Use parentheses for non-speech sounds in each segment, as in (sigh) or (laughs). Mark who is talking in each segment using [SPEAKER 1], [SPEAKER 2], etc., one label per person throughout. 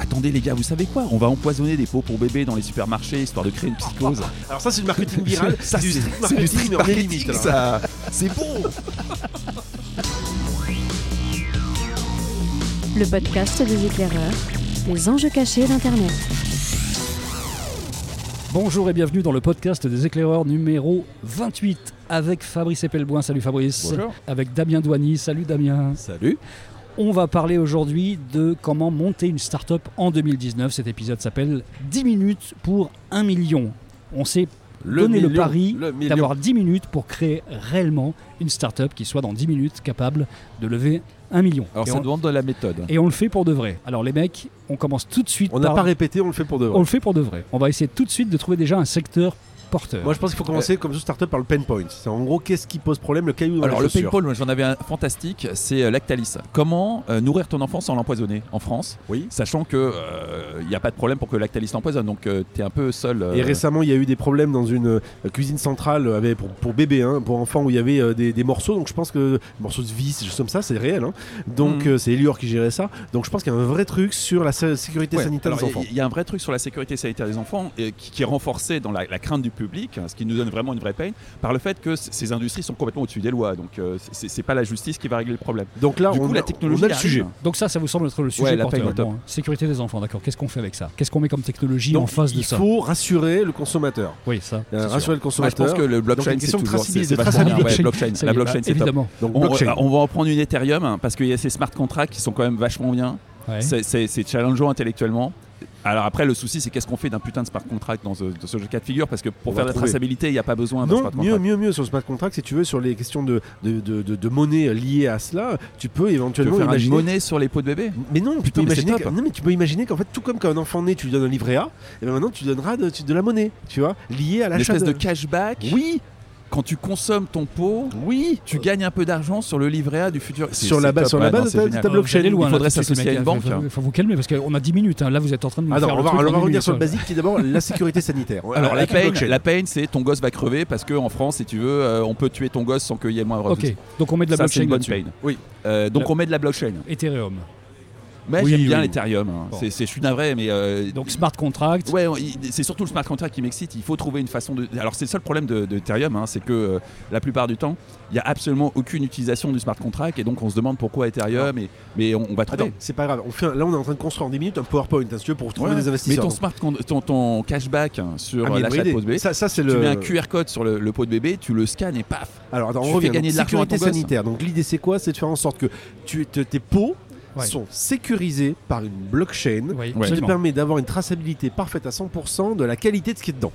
[SPEAKER 1] attendez les gars, vous savez quoi On va empoisonner des pots pour bébés dans les supermarchés histoire de créer une psychose.
[SPEAKER 2] Alors ça, (laughs) c'est du marketing viral.
[SPEAKER 1] Ça,
[SPEAKER 2] c'est du
[SPEAKER 1] c'est-
[SPEAKER 2] street
[SPEAKER 1] c'est du
[SPEAKER 2] marketing,
[SPEAKER 1] street
[SPEAKER 2] mais hors
[SPEAKER 1] marketing,
[SPEAKER 2] limite, hein. alors.
[SPEAKER 1] ça. C'est bon.
[SPEAKER 3] le podcast des éclaireurs, les enjeux cachés d'Internet.
[SPEAKER 4] Bonjour et bienvenue dans le podcast des éclaireurs numéro 28 avec Fabrice Epelboin. Salut Fabrice.
[SPEAKER 5] Bonjour.
[SPEAKER 4] Avec Damien Douani. Salut Damien.
[SPEAKER 5] Salut.
[SPEAKER 4] On va parler aujourd'hui de comment monter une start-up en 2019. Cet épisode s'appelle 10 minutes pour 1 million. On s'est donné le
[SPEAKER 5] million,
[SPEAKER 4] pari
[SPEAKER 5] le million.
[SPEAKER 4] d'avoir 10 minutes pour créer réellement une start-up qui soit dans 10 minutes capable de lever 1 million.
[SPEAKER 5] Alors
[SPEAKER 4] et,
[SPEAKER 5] ça
[SPEAKER 4] on,
[SPEAKER 5] demande de la méthode.
[SPEAKER 4] et on le fait pour de vrai. Alors les mecs, on commence tout de suite
[SPEAKER 2] On n'a
[SPEAKER 4] par...
[SPEAKER 2] pas répété, on le fait pour de vrai.
[SPEAKER 4] On le fait pour de vrai. On va essayer tout de suite de trouver déjà un secteur porteur.
[SPEAKER 2] Moi, je pense qu'il faut commencer comme tout startup par le pain point. C'est en gros qu'est-ce qui pose problème, le caillou dans
[SPEAKER 1] Alors
[SPEAKER 2] la
[SPEAKER 1] le
[SPEAKER 2] chaussure.
[SPEAKER 1] paintball, moi, j'en avais un fantastique, c'est euh, Lactalis. Comment euh, nourrir ton enfant sans l'empoisonner en France
[SPEAKER 2] Oui.
[SPEAKER 1] Sachant que euh, il n'y a pas de problème pour que Lactalis l'empoisonne, donc tu t'es un peu seul. euh,
[SPEAKER 2] Et récemment, il y a eu des problèmes dans une euh, cuisine centrale euh, avec- pour, pour bébé, hein, pour enfants, où il y avait euh, des, des morceaux. Donc je pense que morceaux de vis, des choses comme ça, c'est réel. hein. Donc
[SPEAKER 1] Mhm.
[SPEAKER 2] euh, c'est Elior qui gérait ça. Donc je pense qu'il y a un vrai truc sur la sé- sécurité
[SPEAKER 1] Ouais,
[SPEAKER 2] sanitaire
[SPEAKER 1] alors,
[SPEAKER 2] des enfants.
[SPEAKER 1] Il y, y a un vrai truc sur la sécurité sanitaire des enfants euh, qui, qui est renforcé dans la, la crainte du public, hein, ce qui nous donne vraiment une vraie peine, par le fait que c- ces industries sont complètement au-dessus des lois. Donc euh, c'est c'est pas la justice qui va régler le problème.
[SPEAKER 2] Donc là,
[SPEAKER 1] du
[SPEAKER 2] on,
[SPEAKER 1] coup,
[SPEAKER 2] a,
[SPEAKER 1] la technologie
[SPEAKER 2] on a le
[SPEAKER 1] arrive.
[SPEAKER 2] sujet.
[SPEAKER 4] Donc ça, ça vous semble être le sujet
[SPEAKER 1] Ouais, la
[SPEAKER 4] porteur.
[SPEAKER 1] paye au top.
[SPEAKER 4] Bon, sécurité des enfants, d'accord. Qu'est-ce qu'on fait avec ça Qu'est-ce qu'on met comme technologie en
[SPEAKER 2] Donc,
[SPEAKER 4] face
[SPEAKER 2] il
[SPEAKER 4] de ça
[SPEAKER 2] faut rassurer le consommateur.
[SPEAKER 4] Oui, ça.
[SPEAKER 2] Euh,
[SPEAKER 1] C'est sûr. Moi,
[SPEAKER 2] rassurer le
[SPEAKER 1] je
[SPEAKER 2] consommateur.
[SPEAKER 1] pense que le blockchain,
[SPEAKER 2] une
[SPEAKER 1] c'est
[SPEAKER 2] question de
[SPEAKER 1] toujours
[SPEAKER 2] traçabilité,
[SPEAKER 1] c'est-
[SPEAKER 2] de
[SPEAKER 1] c'est vachement bien.
[SPEAKER 2] traçabilité.
[SPEAKER 1] Ouais, blockchain, la
[SPEAKER 4] Ça y est, bah,
[SPEAKER 1] blockchain, c'est top.
[SPEAKER 4] évidemment.
[SPEAKER 2] Donc
[SPEAKER 1] On, euh,
[SPEAKER 2] blockchain.
[SPEAKER 1] on va en prendre une Ethereum hein, parce qu'il y a ces smart contracts qui sont quand même vachement bien.
[SPEAKER 4] Ouais. Euh,
[SPEAKER 1] C'est- C'est c'est challengeant intellectuellement. Alors après, le souci, c'est qu'est-ce qu'on fait d'un putain de smart contract dans ce, dans ce cas de figure Parce que pour
[SPEAKER 2] On
[SPEAKER 1] faire
[SPEAKER 2] va
[SPEAKER 1] de la
[SPEAKER 2] trouver.
[SPEAKER 1] traçabilité, il n'y a pas besoin d'un
[SPEAKER 2] Non,
[SPEAKER 1] smart
[SPEAKER 2] mieux,
[SPEAKER 1] contract.
[SPEAKER 2] mieux, mieux sur le smart contract, si tu veux, sur les questions de, de, de, de- de monnaie liées à cela, tu peux
[SPEAKER 1] Tu veux
[SPEAKER 2] éventuellement
[SPEAKER 1] faire une
[SPEAKER 2] imaginer.
[SPEAKER 1] monnaie sur les pots de bébé
[SPEAKER 2] Mais non, tu peux
[SPEAKER 1] mais c'est
[SPEAKER 2] imaginer.
[SPEAKER 1] top.
[SPEAKER 2] que- non, mais tu peux imaginer qu'en fait, tout comme quand un enfant né, tu lui donnes un livret A, et ben maintenant tu donneras de, tu- de la monnaie, tu vois, liée à
[SPEAKER 1] Une
[SPEAKER 2] l'achat
[SPEAKER 1] espèce de cashback
[SPEAKER 2] Oui,
[SPEAKER 1] quand tu consommes ton pot,
[SPEAKER 2] oui.
[SPEAKER 1] tu gagnes un peu d'argent sur le livret A du futur. Euh, C'est-
[SPEAKER 2] Sur la
[SPEAKER 1] c'est
[SPEAKER 2] base-
[SPEAKER 1] top,
[SPEAKER 2] sur la
[SPEAKER 1] ouais,
[SPEAKER 2] base
[SPEAKER 1] non,
[SPEAKER 2] de
[SPEAKER 1] c'est
[SPEAKER 2] ta- de
[SPEAKER 1] génial.
[SPEAKER 2] ta
[SPEAKER 4] Non,
[SPEAKER 2] blockchain,
[SPEAKER 4] vous allez loin,
[SPEAKER 1] il faudrait
[SPEAKER 4] là, tout de suite,
[SPEAKER 1] s'associer à
[SPEAKER 4] les
[SPEAKER 1] une
[SPEAKER 4] mecs.
[SPEAKER 1] banque. hein.
[SPEAKER 4] Faut, faut- faut vous calmer parce qu'on a 10 minutes. hein. Là, vous êtes en train de me
[SPEAKER 2] Ah non,
[SPEAKER 4] faire
[SPEAKER 2] on
[SPEAKER 4] le
[SPEAKER 2] va,
[SPEAKER 4] truc hein.
[SPEAKER 2] alors, on va
[SPEAKER 4] en une
[SPEAKER 2] revenir sur le
[SPEAKER 4] minute.
[SPEAKER 2] basique qui est d'abord la sécurité sanitaire.
[SPEAKER 1] Alors la
[SPEAKER 2] avec le
[SPEAKER 1] peine,
[SPEAKER 2] blockchain.
[SPEAKER 1] la peine, c'est ton gosse va crever parce que en France, si tu veux, euh, on peut tuer ton gosse sans qu'il y ait moins de
[SPEAKER 4] Ok, donc on met de la
[SPEAKER 1] Ça, c'est
[SPEAKER 4] blockchain
[SPEAKER 1] une bonne
[SPEAKER 4] là-dessus.
[SPEAKER 1] peine. Oui. Euh, donc
[SPEAKER 4] La-
[SPEAKER 1] on met de la blockchain.
[SPEAKER 4] Ethereum.
[SPEAKER 1] Mais
[SPEAKER 4] Oui,
[SPEAKER 1] j'aime bien
[SPEAKER 4] oui.
[SPEAKER 1] l'Ethereum. hein.
[SPEAKER 4] Bon.
[SPEAKER 1] C'est, c'est- je suis navré, mais euh,
[SPEAKER 4] Donc smart contract.
[SPEAKER 1] Ouais, on- il- c'est surtout le smart contract qui m'excite. Il faut trouver une façon de. Alors, c'est le seul problème de, de Ethereum, hein, c'est que euh, la plupart du temps, il n'y a absolument aucune utilisation du smart contract et donc on se demande pourquoi Ethereum, et, mais on, on va trouver.
[SPEAKER 2] Attends, c'est pas grave. On fait un- là, on est en train de construire en 10 minutes un PowerPoint, hein, si tu veux, pour trouver
[SPEAKER 1] Ouais.
[SPEAKER 2] des
[SPEAKER 1] mais
[SPEAKER 2] investisseurs.
[SPEAKER 1] ton, smart con- ton, ton cashback hein, sur
[SPEAKER 2] Ah,
[SPEAKER 1] euh,
[SPEAKER 2] mais
[SPEAKER 1] l'achat
[SPEAKER 2] une
[SPEAKER 1] de
[SPEAKER 2] vraie
[SPEAKER 1] pot de
[SPEAKER 2] idée.
[SPEAKER 1] bébé,
[SPEAKER 2] Ça, ça c'est
[SPEAKER 1] tu
[SPEAKER 2] le.
[SPEAKER 1] mets un QR code sur le, le pot de bébé, tu le scannes et paf
[SPEAKER 2] Alors, attends,
[SPEAKER 1] Tu
[SPEAKER 2] on
[SPEAKER 1] fais
[SPEAKER 2] revient.
[SPEAKER 1] gagner
[SPEAKER 2] Donc,
[SPEAKER 1] de l'argent à
[SPEAKER 2] sécurité
[SPEAKER 1] ton gosse.
[SPEAKER 2] sanitaire. Donc, l'idée, c'est quoi C'est de faire en sorte que tu, te- tes pots
[SPEAKER 4] Ouais.
[SPEAKER 2] sont sécurisés par une blockchain
[SPEAKER 4] Oui,
[SPEAKER 1] Ouais.
[SPEAKER 2] qui te
[SPEAKER 4] absolument.
[SPEAKER 2] permet d'avoir une traçabilité parfaite à 100% de la qualité de ce qui est dedans.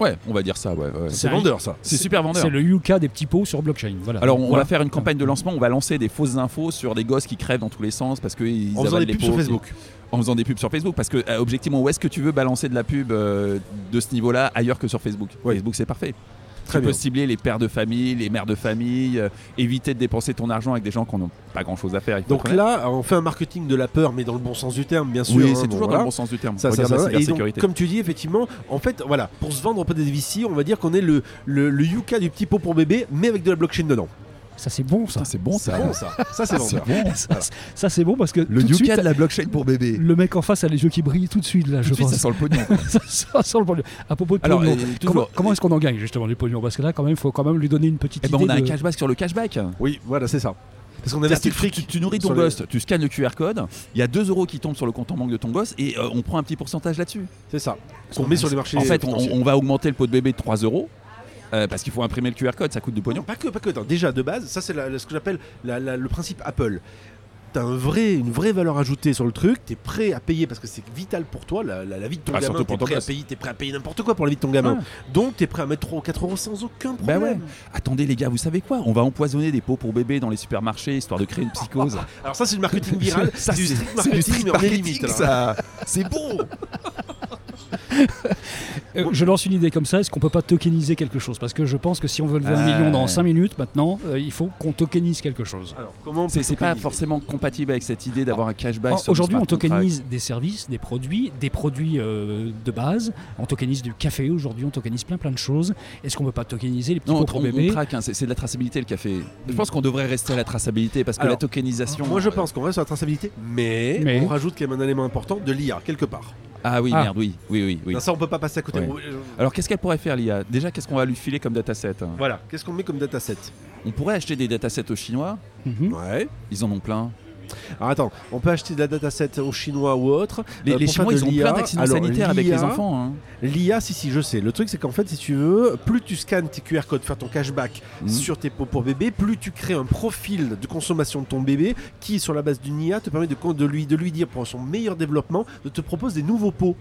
[SPEAKER 1] Ouais, on va dire ça, ouais. ouais.
[SPEAKER 4] C'est
[SPEAKER 2] C'est
[SPEAKER 4] un-
[SPEAKER 2] vendeur, ça.
[SPEAKER 1] C'est super vendeur.
[SPEAKER 4] C'est le Yuka des petits pots sur blockchain. Voilà.
[SPEAKER 1] Alors, on
[SPEAKER 4] Voilà.
[SPEAKER 1] va faire une campagne de lancement, on va lancer des fausses infos sur des gosses qui crèvent dans tous les sens parce qu'ils
[SPEAKER 2] En faisant
[SPEAKER 1] avalent
[SPEAKER 2] des
[SPEAKER 1] les
[SPEAKER 2] pubs
[SPEAKER 1] pots,
[SPEAKER 2] sur
[SPEAKER 1] qui-
[SPEAKER 2] Facebook.
[SPEAKER 1] en faisant des pubs sur Facebook parce que euh, objectivement où est-ce que tu veux balancer de la pub euh, de ce niveau-là ailleurs que sur Facebook
[SPEAKER 2] Oui.
[SPEAKER 1] Facebook c'est parfait
[SPEAKER 2] Très
[SPEAKER 1] tu
[SPEAKER 2] bien.
[SPEAKER 1] peux cibler les pères de famille les mères de famille euh, éviter de dépenser ton argent avec des gens qui n'ont pas grand-chose à faire il faut
[SPEAKER 2] Donc
[SPEAKER 1] être honnête.
[SPEAKER 2] là, on fait un marketing de la peur, mais dans le bon sens du terme, bien sûr.
[SPEAKER 1] oui
[SPEAKER 2] hein,
[SPEAKER 1] c'est
[SPEAKER 2] bon,
[SPEAKER 1] toujours dans
[SPEAKER 2] voilà.
[SPEAKER 1] le bon sens du terme
[SPEAKER 2] Ça, ça,
[SPEAKER 1] Regarde la
[SPEAKER 2] ça. Et donc,
[SPEAKER 1] cybersécurité
[SPEAKER 2] comme tu dis, effectivement, en fait, voilà, pour se vendre auprès des VC, on va dire qu'on est le, le, le Yuka du petit pot pour bébé, mais avec de la blockchain dedans.
[SPEAKER 4] Ça, c'est bon, ça.
[SPEAKER 1] Putain, c'est bon ça (laughs)
[SPEAKER 2] Bon, ça, ça c'est vendeur.
[SPEAKER 4] Ça, c'est- ça, c'est bon parce que
[SPEAKER 1] le
[SPEAKER 4] tout de
[SPEAKER 1] Yuka
[SPEAKER 4] suite,
[SPEAKER 1] de la blockchain pour bébé
[SPEAKER 4] le mec en face a les yeux qui brillent tout de suite, là,
[SPEAKER 1] tout
[SPEAKER 4] je
[SPEAKER 1] de suite
[SPEAKER 4] pense.
[SPEAKER 1] ça sent le pognon
[SPEAKER 4] ça, (laughs) ça sent le pognon. À propos de
[SPEAKER 1] Alors,
[SPEAKER 4] pognon,
[SPEAKER 1] euh,
[SPEAKER 4] comment,
[SPEAKER 1] toujours-
[SPEAKER 4] comment est-ce qu'on en gagne justement du pognon Parce que là, quand même, il faut quand même lui donner une petite
[SPEAKER 1] Eh ben
[SPEAKER 4] idée.
[SPEAKER 1] on a un
[SPEAKER 4] de-
[SPEAKER 1] cashback sur le cashback
[SPEAKER 2] Oui, voilà, c'est ça. Parce qu'on
[SPEAKER 1] C'est-à-dire,
[SPEAKER 2] investit le
[SPEAKER 1] Tu,
[SPEAKER 2] fric.
[SPEAKER 1] tu- tu nourris ton
[SPEAKER 2] sur les-
[SPEAKER 1] gosse, tu scannes le QR code, il y a 2 euros qui tombent sur le compte en banque de ton gosse et euh, on prend un petit pourcentage là-dessus.
[SPEAKER 2] C'est ça. Qu'on met sur les marchés.
[SPEAKER 1] En fait, on,
[SPEAKER 2] financiers.
[SPEAKER 1] on va augmenter le pot de bébé de 3 euros euh, parce qu'il faut imprimer le QR code, ça coûte du
[SPEAKER 2] Non,
[SPEAKER 1] pognon.
[SPEAKER 2] pas que, pas que. Attends, déjà, de base, ça, c'est la- la- ce que j'appelle la- la- le principe Apple. T'as un vrai, une vraie valeur ajoutée sur le truc, t'es prêt à payer parce que c'est vital pour toi, la, la- la vie de ton
[SPEAKER 1] Ah,
[SPEAKER 2] gamin.
[SPEAKER 1] surtout pour
[SPEAKER 2] T'es
[SPEAKER 1] ton
[SPEAKER 2] prêt, à
[SPEAKER 1] gosse.
[SPEAKER 2] payer- t'es prêt à payer n'importe quoi pour la vie de ton gamin. Donc t'es prêt à mettre 3 ou 4 euros sans aucun
[SPEAKER 1] Ben
[SPEAKER 2] problème.
[SPEAKER 1] ouais. Attendez les gars, vous savez quoi On va empoisonner des pots pour bébé dans les supermarchés histoire de créer une psychose.
[SPEAKER 2] Alors ça, c'est du marketing viral,
[SPEAKER 1] Ça,
[SPEAKER 2] c'est du
[SPEAKER 1] (laughs) c'est-
[SPEAKER 2] street
[SPEAKER 1] c'est du
[SPEAKER 2] marketing,
[SPEAKER 1] street
[SPEAKER 2] mais on est limite.
[SPEAKER 1] marketing, ça. C'est bon
[SPEAKER 4] Euh, je lance une idée comme ça, est-ce qu'on peut pas tokeniser quelque chose Parce que je pense que si on veut lever un
[SPEAKER 1] Ah.
[SPEAKER 4] million dans 5 minutes maintenant, euh, il faut qu'on tokenise quelque chose.
[SPEAKER 2] Alors, comment on peut
[SPEAKER 1] C'est c'est pas
[SPEAKER 2] tokeniser
[SPEAKER 1] forcément compatible avec cette idée d'avoir un cashback.
[SPEAKER 4] Alors,
[SPEAKER 1] sur le
[SPEAKER 4] Aujourd'hui, on
[SPEAKER 1] smart contract.
[SPEAKER 4] tokenise des services, des produits, des produits euh, de base. On tokenise du café aujourd'hui, on tokenise plein plein de choses. Est-ce qu'on peut pas tokeniser les petits
[SPEAKER 1] Non, on,
[SPEAKER 4] pots pour
[SPEAKER 1] on- on
[SPEAKER 4] bébés
[SPEAKER 1] traque, hein, c'est c'est de la traçabilité le café. Je pense qu'on devrait rester à la traçabilité parce que
[SPEAKER 2] Alors,
[SPEAKER 1] la tokenisation.
[SPEAKER 2] Moi, je pense qu'on reste sur la traçabilité, mais,
[SPEAKER 4] Mais-
[SPEAKER 2] on rajoute quand même un élément important de l'IA quelque part.
[SPEAKER 1] Ah oui,
[SPEAKER 4] Ah.
[SPEAKER 1] merde, oui, oui, oui. oui.
[SPEAKER 2] Non, ça, on peut pas passer à côté.
[SPEAKER 1] Ouais. Alors qu'est-ce qu'elle pourrait faire l'IA Déjà, qu'est-ce qu'on va lui filer comme dataset hein
[SPEAKER 2] Voilà, qu'est-ce qu'on met comme dataset
[SPEAKER 1] On pourrait acheter des datasets aux Chinois.
[SPEAKER 4] Mhm.
[SPEAKER 2] Ouais.
[SPEAKER 1] Ils en ont plein.
[SPEAKER 2] Alors attends, on peut acheter de la dataset aux Chinois ou autres.
[SPEAKER 1] Les,
[SPEAKER 2] Euh,
[SPEAKER 1] les
[SPEAKER 2] pour faire
[SPEAKER 1] Chinois,
[SPEAKER 2] de
[SPEAKER 1] ils ont
[SPEAKER 2] l'IA,
[SPEAKER 1] plein d'accidents
[SPEAKER 2] alors,
[SPEAKER 1] sanitaires avec les
[SPEAKER 2] l'IA,
[SPEAKER 1] enfants. hein.
[SPEAKER 2] L'IA, si, si, je sais. Le truc, c'est qu'en fait, si tu veux, plus tu scannes tes QR codes, faire ton cashback
[SPEAKER 1] Mhm.
[SPEAKER 2] sur tes pots pour bébé, plus tu crées un profil de consommation de ton bébé qui, sur la base d'une IA, te permet de, con- de, lui, de lui dire pour son meilleur développement, de te proposer des nouveaux pots.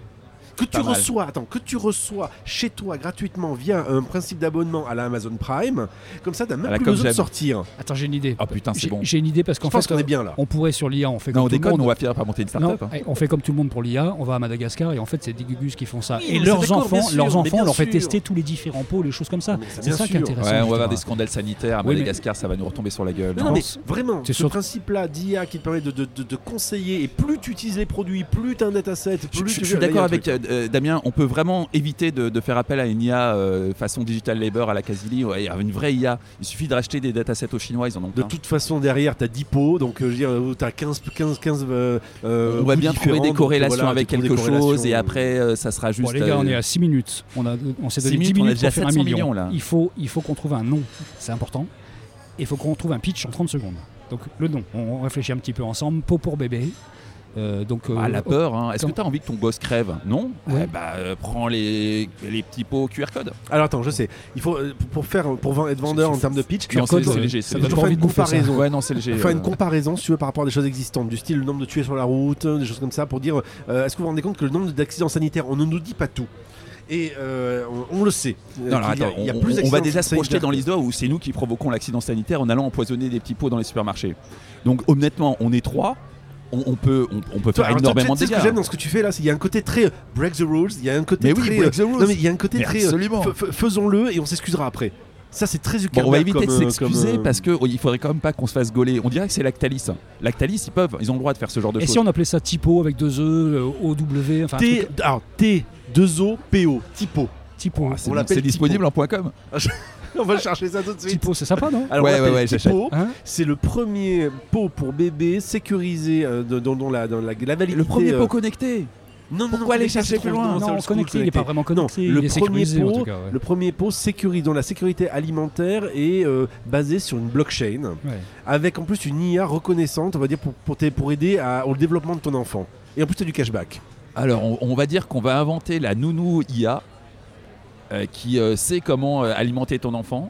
[SPEAKER 2] Que tu
[SPEAKER 1] Pas mal.
[SPEAKER 2] reçois, attends, que tu reçois chez toi gratuitement via un principe d'abonnement à la Amazon Prime, comme ça, t'as
[SPEAKER 1] À
[SPEAKER 2] même
[SPEAKER 1] la
[SPEAKER 2] plus besoin de
[SPEAKER 1] Comjab.
[SPEAKER 2] sortir.
[SPEAKER 4] Attends, j'ai une idée.
[SPEAKER 1] Ah, putain, c'est
[SPEAKER 4] J'ai-
[SPEAKER 1] bon.
[SPEAKER 4] J'ai une idée parce
[SPEAKER 2] Je
[SPEAKER 4] qu'en fait, euh,
[SPEAKER 2] pense qu'on est bien là.
[SPEAKER 4] on pourrait sur l'IA, on fait
[SPEAKER 1] Non, on
[SPEAKER 4] comme tout le
[SPEAKER 1] déconne,
[SPEAKER 4] monde.
[SPEAKER 1] on va finir par monter une start-up.
[SPEAKER 4] Non,
[SPEAKER 1] hein.
[SPEAKER 4] eh, on fait comme tout le monde pour l'IA, on va à Madagascar et en fait c'est des gugus qui font ça.
[SPEAKER 2] Oui,
[SPEAKER 4] et
[SPEAKER 2] mais c'est
[SPEAKER 4] leurs
[SPEAKER 2] d'accord,
[SPEAKER 4] enfants,
[SPEAKER 2] bien sûr,
[SPEAKER 4] leurs
[SPEAKER 2] mais
[SPEAKER 4] enfants, on
[SPEAKER 2] bien
[SPEAKER 4] leur fait
[SPEAKER 2] sûr.
[SPEAKER 4] tester tous les différents pots, les choses comme ça.
[SPEAKER 2] Mais ça,
[SPEAKER 4] C'est
[SPEAKER 2] bien
[SPEAKER 4] ça qui est
[SPEAKER 2] sûr.
[SPEAKER 1] Ouais, on
[SPEAKER 4] intéressant.
[SPEAKER 1] va
[SPEAKER 4] justement.
[SPEAKER 1] avoir des scandales sanitaires. À
[SPEAKER 4] Oui, mais-
[SPEAKER 1] Madagascar, ça va nous retomber sur la gueule.
[SPEAKER 2] Non,
[SPEAKER 1] non
[SPEAKER 2] mais
[SPEAKER 4] pense-
[SPEAKER 2] vraiment,
[SPEAKER 4] c'est
[SPEAKER 2] ce
[SPEAKER 4] surtout-
[SPEAKER 2] principe-là d'IA qui te permet de, de- de- de conseiller, et plus tu utilises les produits, plus tu as un dataset, plus
[SPEAKER 1] Je, je-
[SPEAKER 2] tu
[SPEAKER 1] je suis d'accord avec euh, euh, Damien, on peut vraiment éviter de, de faire appel à une IA euh, façon digital labor à la Casili, ouais, à une vraie IA. Il suffit de racheter des datasets aux Chinois, ils en ont
[SPEAKER 2] De
[SPEAKER 1] plein.
[SPEAKER 2] toute façon, derrière, tu as 10 pots, donc euh, je veux dire, euh, t'as 15, 15, 15. euh, euh,
[SPEAKER 1] on va
[SPEAKER 2] goûts
[SPEAKER 1] bien trouver
[SPEAKER 2] différents,
[SPEAKER 1] des
[SPEAKER 2] donc,
[SPEAKER 1] corrélations
[SPEAKER 2] voilà,
[SPEAKER 1] avec
[SPEAKER 2] tu trouves
[SPEAKER 1] quelque
[SPEAKER 2] des corrélations.
[SPEAKER 1] chose et après euh, ça sera juste.
[SPEAKER 4] Bon, les gars,
[SPEAKER 1] euh,
[SPEAKER 4] on est à 6 minutes. On, a, on s'est
[SPEAKER 1] Six
[SPEAKER 4] donné 10
[SPEAKER 1] minutes, on
[SPEAKER 4] minutes
[SPEAKER 1] a déjà
[SPEAKER 4] pour faire 1
[SPEAKER 1] 700
[SPEAKER 4] million.
[SPEAKER 1] millions, là.
[SPEAKER 4] Il faut, il faut qu'on trouve un nom, c'est important. Il faut qu'on trouve un pitch en 30 secondes. Donc le nom, on réfléchit un petit peu ensemble. Pot pour bébé. Euh, donc, euh,
[SPEAKER 1] Ah, la peur, hein. est-ce que
[SPEAKER 4] Comment-
[SPEAKER 1] t'as envie que ton gosse crève Non
[SPEAKER 4] Ouais.
[SPEAKER 1] Eh bah, euh, Prends les, les petits pots QR code.
[SPEAKER 2] Alors attends, je sais, il faut, euh, pour- pour faire, pour vendre- être vendeur en termes de pitch,
[SPEAKER 1] Non,
[SPEAKER 4] code,
[SPEAKER 1] c'est c'est
[SPEAKER 4] euh,
[SPEAKER 1] léger.
[SPEAKER 4] ça
[SPEAKER 1] c'est
[SPEAKER 4] donne
[SPEAKER 1] léger.
[SPEAKER 4] pas envie de bouffer ça.
[SPEAKER 2] comparaison.
[SPEAKER 1] Ouais, non, c'est léger.
[SPEAKER 2] faire
[SPEAKER 1] euh.
[SPEAKER 2] une comparaison, si tu veux, par rapport à des choses existantes, du style le nombre de tués sur la route, euh, des choses comme ça, pour dire euh, est-ce que vous vous rendez compte que le nombre d'accidents sanitaires, on ne nous dit pas tout Et euh, on, on le sait. Euh,
[SPEAKER 1] Non, alors
[SPEAKER 2] qu'il y a-
[SPEAKER 1] attends,
[SPEAKER 2] il y a
[SPEAKER 1] on,
[SPEAKER 2] plus
[SPEAKER 1] on va
[SPEAKER 2] d'accidents
[SPEAKER 1] déjà se projeter
[SPEAKER 2] sanitaires
[SPEAKER 1] dans l'ISO où c'est nous qui provoquons l'accident sanitaire en allant empoisonner des petits pots dans les supermarchés. Donc honnêtement, on est trois, on, on peut, on, on peut faire
[SPEAKER 2] Toi, alors,
[SPEAKER 1] énormément de
[SPEAKER 2] tu sais- tu sais
[SPEAKER 1] dégâts.
[SPEAKER 2] ce que j'aime dans ce que tu fais là, c'est qu'il y a un côté très euh, break the rules, il y a un côté
[SPEAKER 1] Mais oui,
[SPEAKER 2] très
[SPEAKER 1] break the
[SPEAKER 2] euh,
[SPEAKER 1] rules.
[SPEAKER 2] non, mais il y a un côté
[SPEAKER 1] Mais
[SPEAKER 2] très euh,
[SPEAKER 1] absolument.
[SPEAKER 2] fa- fa- faisons-le et on s'excusera après. Ça c'est très
[SPEAKER 1] Bon,
[SPEAKER 2] Zuckerberg.
[SPEAKER 1] on va éviter
[SPEAKER 2] comme,
[SPEAKER 1] de
[SPEAKER 2] euh,
[SPEAKER 1] s'excuser
[SPEAKER 2] comme, euh,
[SPEAKER 1] parce que oh, il faudrait quand même pas qu'on se fasse gauler. On dirait que c'est Lactalis. Lactalis, ils peuvent, ils ont le droit de faire ce genre de
[SPEAKER 4] Et
[SPEAKER 1] choses.
[SPEAKER 4] si on appelait ça typo avec deux E, O W, enfin un
[SPEAKER 2] euh, T
[SPEAKER 4] truc-
[SPEAKER 2] alors T 2 O P O typo.
[SPEAKER 4] typo.
[SPEAKER 1] Ah, c'est
[SPEAKER 2] on
[SPEAKER 1] bon,
[SPEAKER 2] l'appelle
[SPEAKER 1] c'est
[SPEAKER 2] Typo.
[SPEAKER 1] disponible en point .com.
[SPEAKER 2] (laughs) On va chercher ça tout de suite.
[SPEAKER 4] Typo, c'est sympa, non
[SPEAKER 2] Alors, on
[SPEAKER 1] Ouais, ouais,
[SPEAKER 2] l'appelle
[SPEAKER 1] ouais, j'achète.
[SPEAKER 2] typo.
[SPEAKER 4] Hein
[SPEAKER 2] C'est le premier pot pour bébé sécurisé euh, de- dans, dans la, dans la, la validité.
[SPEAKER 1] Le premier
[SPEAKER 2] euh,
[SPEAKER 1] pot connecté.
[SPEAKER 2] Non, non, non,
[SPEAKER 1] Pourquoi aller
[SPEAKER 2] connecté,
[SPEAKER 1] chercher
[SPEAKER 2] c'est
[SPEAKER 1] plus
[SPEAKER 2] trop-
[SPEAKER 1] loin
[SPEAKER 2] c'est
[SPEAKER 4] Non,
[SPEAKER 2] old school,
[SPEAKER 4] connecté, il est pas vraiment connecté.
[SPEAKER 2] Non,
[SPEAKER 4] il est sécurisé en tout cas. ouais.
[SPEAKER 2] le premier pot sécurise dont la sécurité alimentaire est euh, basée sur une blockchain.
[SPEAKER 4] Ouais.
[SPEAKER 2] avec en plus une IA reconnaissante, on va dire, pour, pour, t'aider- pour aider à- au développement de ton enfant. Et en plus, tu as du cashback.
[SPEAKER 1] Alors, on, on va dire qu'on va inventer la nounou IA euh, qui euh, sait comment euh, alimenter ton enfant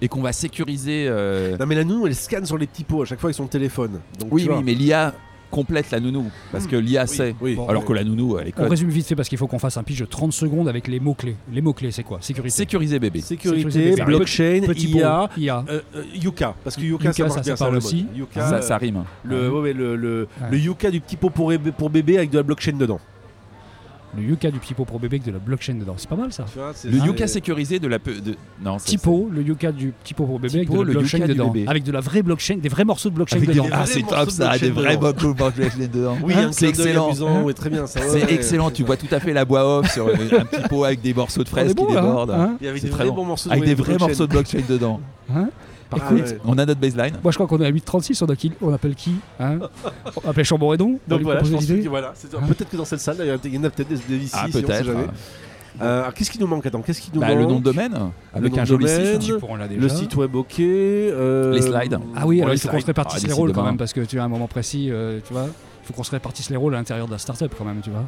[SPEAKER 1] et qu'on va sécuriser. euh,
[SPEAKER 2] Non, mais la nounou, elle scanne sur les petits pots à chaque fois avec son téléphone. Donc,
[SPEAKER 1] Oui,
[SPEAKER 2] tu vois.
[SPEAKER 1] oui, mais l'IA complète la nounou parce que l'IA
[SPEAKER 2] Oui,
[SPEAKER 1] sait.
[SPEAKER 2] oui.
[SPEAKER 4] Bon,
[SPEAKER 1] Alors que la nounou, elle est
[SPEAKER 4] On
[SPEAKER 1] code.
[SPEAKER 4] résume vite fait parce qu'il faut qu'on fasse un pitch de 30 secondes avec les mots-clés. Les mots-clés, c'est quoi Sécurité.
[SPEAKER 1] Sécuriser bébé.
[SPEAKER 2] Sécurité,
[SPEAKER 4] sécurité,
[SPEAKER 2] blockchain,
[SPEAKER 4] Petit
[SPEAKER 2] IA,
[SPEAKER 4] pot, IA.
[SPEAKER 2] euh, euh, Yuka. Parce que Yuka,
[SPEAKER 4] Yuka,
[SPEAKER 2] ça marche
[SPEAKER 4] ça, ça
[SPEAKER 2] bien,
[SPEAKER 4] parle
[SPEAKER 2] la
[SPEAKER 4] aussi.
[SPEAKER 2] mode. Yuka,
[SPEAKER 1] Ça,
[SPEAKER 2] euh,
[SPEAKER 1] ça rime. hein.
[SPEAKER 2] Le, ouais, ouais, le, le,
[SPEAKER 4] Ouais.
[SPEAKER 2] le Yuka du petit pot pour, bébé- pour bébé avec de la blockchain dedans.
[SPEAKER 4] Le Yuka du Pipo pro bébé avec de la blockchain dedans. C'est pas mal ça.
[SPEAKER 2] Tu vois, c'est-
[SPEAKER 1] Le
[SPEAKER 2] c'est-
[SPEAKER 1] Yuka sécurisé de la. pe- De... Non, ça,
[SPEAKER 4] Tipo, le Yuka du Tipo pour bébé
[SPEAKER 1] Tipo,
[SPEAKER 4] avec de
[SPEAKER 1] le
[SPEAKER 4] la blockchain
[SPEAKER 1] Yuka du
[SPEAKER 4] dedans.
[SPEAKER 1] bébé.
[SPEAKER 4] Avec de la vraie blockchain, des vrais morceaux de blockchain
[SPEAKER 1] Avec des-
[SPEAKER 4] dedans.
[SPEAKER 1] Ah,
[SPEAKER 2] vrais
[SPEAKER 1] c'est
[SPEAKER 2] morceaux
[SPEAKER 1] top
[SPEAKER 2] de
[SPEAKER 1] ça,
[SPEAKER 2] blockchain
[SPEAKER 1] des vrais
[SPEAKER 2] dedans.
[SPEAKER 1] bocaux blockchain dedans.
[SPEAKER 2] Oui,
[SPEAKER 1] hein.
[SPEAKER 2] un
[SPEAKER 1] c'est
[SPEAKER 2] clin d'œil
[SPEAKER 1] excellent.
[SPEAKER 2] amusant, ouais, très bien. ça, ouais,
[SPEAKER 1] C'est
[SPEAKER 2] ouais.
[SPEAKER 1] excellent, tu vois tout à fait la voix off sur euh, un petit pot avec des morceaux de
[SPEAKER 4] On est
[SPEAKER 1] fraises
[SPEAKER 4] bon,
[SPEAKER 1] qui
[SPEAKER 4] là, hein
[SPEAKER 1] débordent.
[SPEAKER 4] Hein
[SPEAKER 2] Il y avait
[SPEAKER 1] C'est
[SPEAKER 2] des
[SPEAKER 1] très
[SPEAKER 2] vrais
[SPEAKER 1] bon.
[SPEAKER 2] bons morceaux
[SPEAKER 1] avec
[SPEAKER 2] de
[SPEAKER 1] des vrais
[SPEAKER 2] blockchain.
[SPEAKER 1] morceaux de blockchain
[SPEAKER 2] (laughs)
[SPEAKER 1] dedans.
[SPEAKER 4] Hein
[SPEAKER 1] Par
[SPEAKER 2] Ah
[SPEAKER 1] contre,
[SPEAKER 2] ouais.
[SPEAKER 1] on a notre baseline.
[SPEAKER 4] Moi je crois qu'on est à 8h36, on, a qui- on appelle qui hein On appelle Chamboredon On
[SPEAKER 2] Donc
[SPEAKER 4] lui
[SPEAKER 2] voilà, je
[SPEAKER 4] propose
[SPEAKER 2] pense
[SPEAKER 4] des
[SPEAKER 2] que
[SPEAKER 4] idées
[SPEAKER 2] voilà, c'est- peut-être que dans cette salle, là, il y en a peut-être des, des ici,
[SPEAKER 1] Ah,
[SPEAKER 2] si on sait
[SPEAKER 1] peut-être. Ah.
[SPEAKER 2] jamais. Euh, alors, qu'est-ce qui nous manque Attends, qu'est-ce qui nous
[SPEAKER 1] Bah,
[SPEAKER 2] manque
[SPEAKER 1] le nom de domaine, avec
[SPEAKER 2] nom
[SPEAKER 1] un
[SPEAKER 2] de
[SPEAKER 1] joli
[SPEAKER 2] domaine.
[SPEAKER 1] site.
[SPEAKER 4] Du coup, on l'a déjà.
[SPEAKER 2] Le site web ok. euh,
[SPEAKER 1] Les slides.
[SPEAKER 4] Ah oui,
[SPEAKER 2] bon,
[SPEAKER 4] alors
[SPEAKER 2] les
[SPEAKER 4] il faut qu'on se
[SPEAKER 2] slides.
[SPEAKER 4] répartisse
[SPEAKER 1] Ah,
[SPEAKER 4] les rôles quand
[SPEAKER 1] décidément.
[SPEAKER 4] même parce que tu as un moment précis, euh, tu vois. Il faut qu'on se répartisse les rôles à l'intérieur de la startup quand même, tu vois.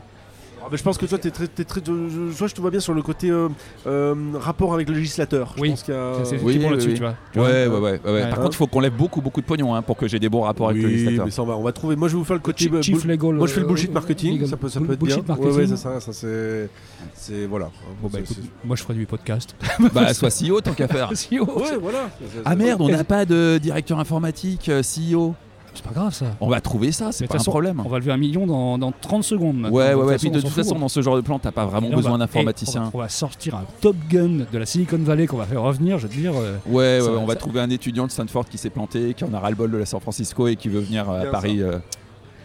[SPEAKER 2] Ah, bah, je pense que toi, t'es très, t'es très, je, je- toi, je te vois bien sur le côté euh, euh, rapport avec le législateur. Je
[SPEAKER 4] Oui,
[SPEAKER 2] pense qu'il y a-
[SPEAKER 4] Ça, C'est
[SPEAKER 1] Oui,
[SPEAKER 4] petit bon
[SPEAKER 1] oui,
[SPEAKER 4] là-dessus,
[SPEAKER 1] oui.
[SPEAKER 4] tu vois. Tu vois.
[SPEAKER 1] Ouais, ouais, ouais, ouais, ouais. Par
[SPEAKER 4] Ouais.
[SPEAKER 1] contre, il faut qu'on lève beaucoup, beaucoup de pognon hein, pour que j'ai des bons rapports avec le
[SPEAKER 2] Oui,
[SPEAKER 1] législateur.
[SPEAKER 2] mais ça, on va, on va trouver. Moi, je vais vous faire le côté.
[SPEAKER 4] Chief-
[SPEAKER 2] euh,
[SPEAKER 4] Chief
[SPEAKER 2] bull-
[SPEAKER 4] Legal,
[SPEAKER 2] Moi, je fais le
[SPEAKER 4] euh,
[SPEAKER 2] bullshit marketing.
[SPEAKER 4] legal-
[SPEAKER 2] ça peut, ça
[SPEAKER 4] bull-
[SPEAKER 2] peut être
[SPEAKER 4] bullshit
[SPEAKER 2] bien.
[SPEAKER 4] marketing.
[SPEAKER 2] Ouais, ouais, c'est ça, ça c'est, c'est voilà.
[SPEAKER 4] Bon, bah,
[SPEAKER 2] C'est-
[SPEAKER 4] écoute,
[SPEAKER 2] c'est-
[SPEAKER 4] moi je ferai du podcast.
[SPEAKER 1] Bah, soit CEO, tant qu'à faire.
[SPEAKER 4] Si, oh,
[SPEAKER 2] Ouais, voilà.
[SPEAKER 1] Ah merde, on n'a pas de directeur informatique, euh, CEO.
[SPEAKER 4] C'est pas grave ça.
[SPEAKER 1] On va trouver ça,
[SPEAKER 4] Mais
[SPEAKER 1] c'est
[SPEAKER 4] de
[SPEAKER 1] pas
[SPEAKER 4] toute
[SPEAKER 1] un
[SPEAKER 4] façon,
[SPEAKER 1] problème.
[SPEAKER 4] On va lever un million dans, dans 30 secondes. maintenant.
[SPEAKER 1] Ouais, ouais, ouais.
[SPEAKER 4] façon,
[SPEAKER 1] Puis de
[SPEAKER 4] on s'en
[SPEAKER 1] toute
[SPEAKER 4] fout. hein.
[SPEAKER 1] façon, dans ce genre de plan, t'as pas vraiment
[SPEAKER 4] Et là, on
[SPEAKER 1] besoin
[SPEAKER 4] va-
[SPEAKER 1] d'un
[SPEAKER 4] et On
[SPEAKER 1] informaticien.
[SPEAKER 4] va, on va sortir un Top Gun de la Silicon Valley qu'on va faire revenir, je veux dire. euh,
[SPEAKER 1] Ouais, ouais,
[SPEAKER 4] Ça va-
[SPEAKER 1] on va
[SPEAKER 4] ça-
[SPEAKER 1] trouver un étudiant de Stanford qui s'est planté, qui en a ras-le-bol de la San Francisco et qui veut venir euh, à
[SPEAKER 2] Bien
[SPEAKER 1] Paris. euh.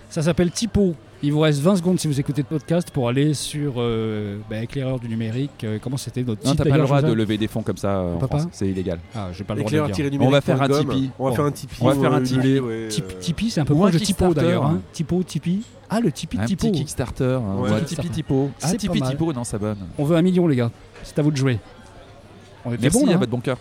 [SPEAKER 4] Ça s'appelle Typo. Il vous reste 20 secondes si vous écoutez le podcast pour aller sur euh, bah, éclaireur du numérique. euh, comment c'était notre
[SPEAKER 1] Non,
[SPEAKER 4] site
[SPEAKER 1] t'as pas le
[SPEAKER 4] d'ailleurs,
[SPEAKER 1] droit de
[SPEAKER 4] Jean-Jacques
[SPEAKER 1] lever des fonds comme ça euh, en
[SPEAKER 4] Papa
[SPEAKER 1] France, c'est illégal.
[SPEAKER 4] Ah, j'ai pas le droit de le dire.
[SPEAKER 2] Éclair-numérique.com.
[SPEAKER 1] On va faire un Tipeee.
[SPEAKER 2] On va
[SPEAKER 1] Bon.
[SPEAKER 2] faire un Tipeee.
[SPEAKER 1] On va faire un
[SPEAKER 2] euh,
[SPEAKER 1] Tipeee.
[SPEAKER 2] Lulé, ouais,
[SPEAKER 4] Tip-
[SPEAKER 2] euh,
[SPEAKER 4] Tipeee, c'est un peu
[SPEAKER 1] ou
[SPEAKER 4] proche
[SPEAKER 1] un
[SPEAKER 4] de Typo
[SPEAKER 1] Kickstarter,
[SPEAKER 4] d'ailleurs. hein.
[SPEAKER 1] hein.
[SPEAKER 4] Typo, Tipeee. Ah, le Tipeee,
[SPEAKER 1] Un
[SPEAKER 4] Typo.
[SPEAKER 1] petit Kickstarter, un
[SPEAKER 2] Ouais.
[SPEAKER 1] ouais. Tipeee Tipo. Ah,
[SPEAKER 4] C'est pas
[SPEAKER 1] Tipeee
[SPEAKER 4] mal.
[SPEAKER 1] Tipo, non, ça bonne.
[SPEAKER 4] On veut un million, les gars. C'est à vous de jouer. On était
[SPEAKER 1] Merci
[SPEAKER 4] bon,
[SPEAKER 1] à
[SPEAKER 4] là, hein
[SPEAKER 1] votre bon cœur.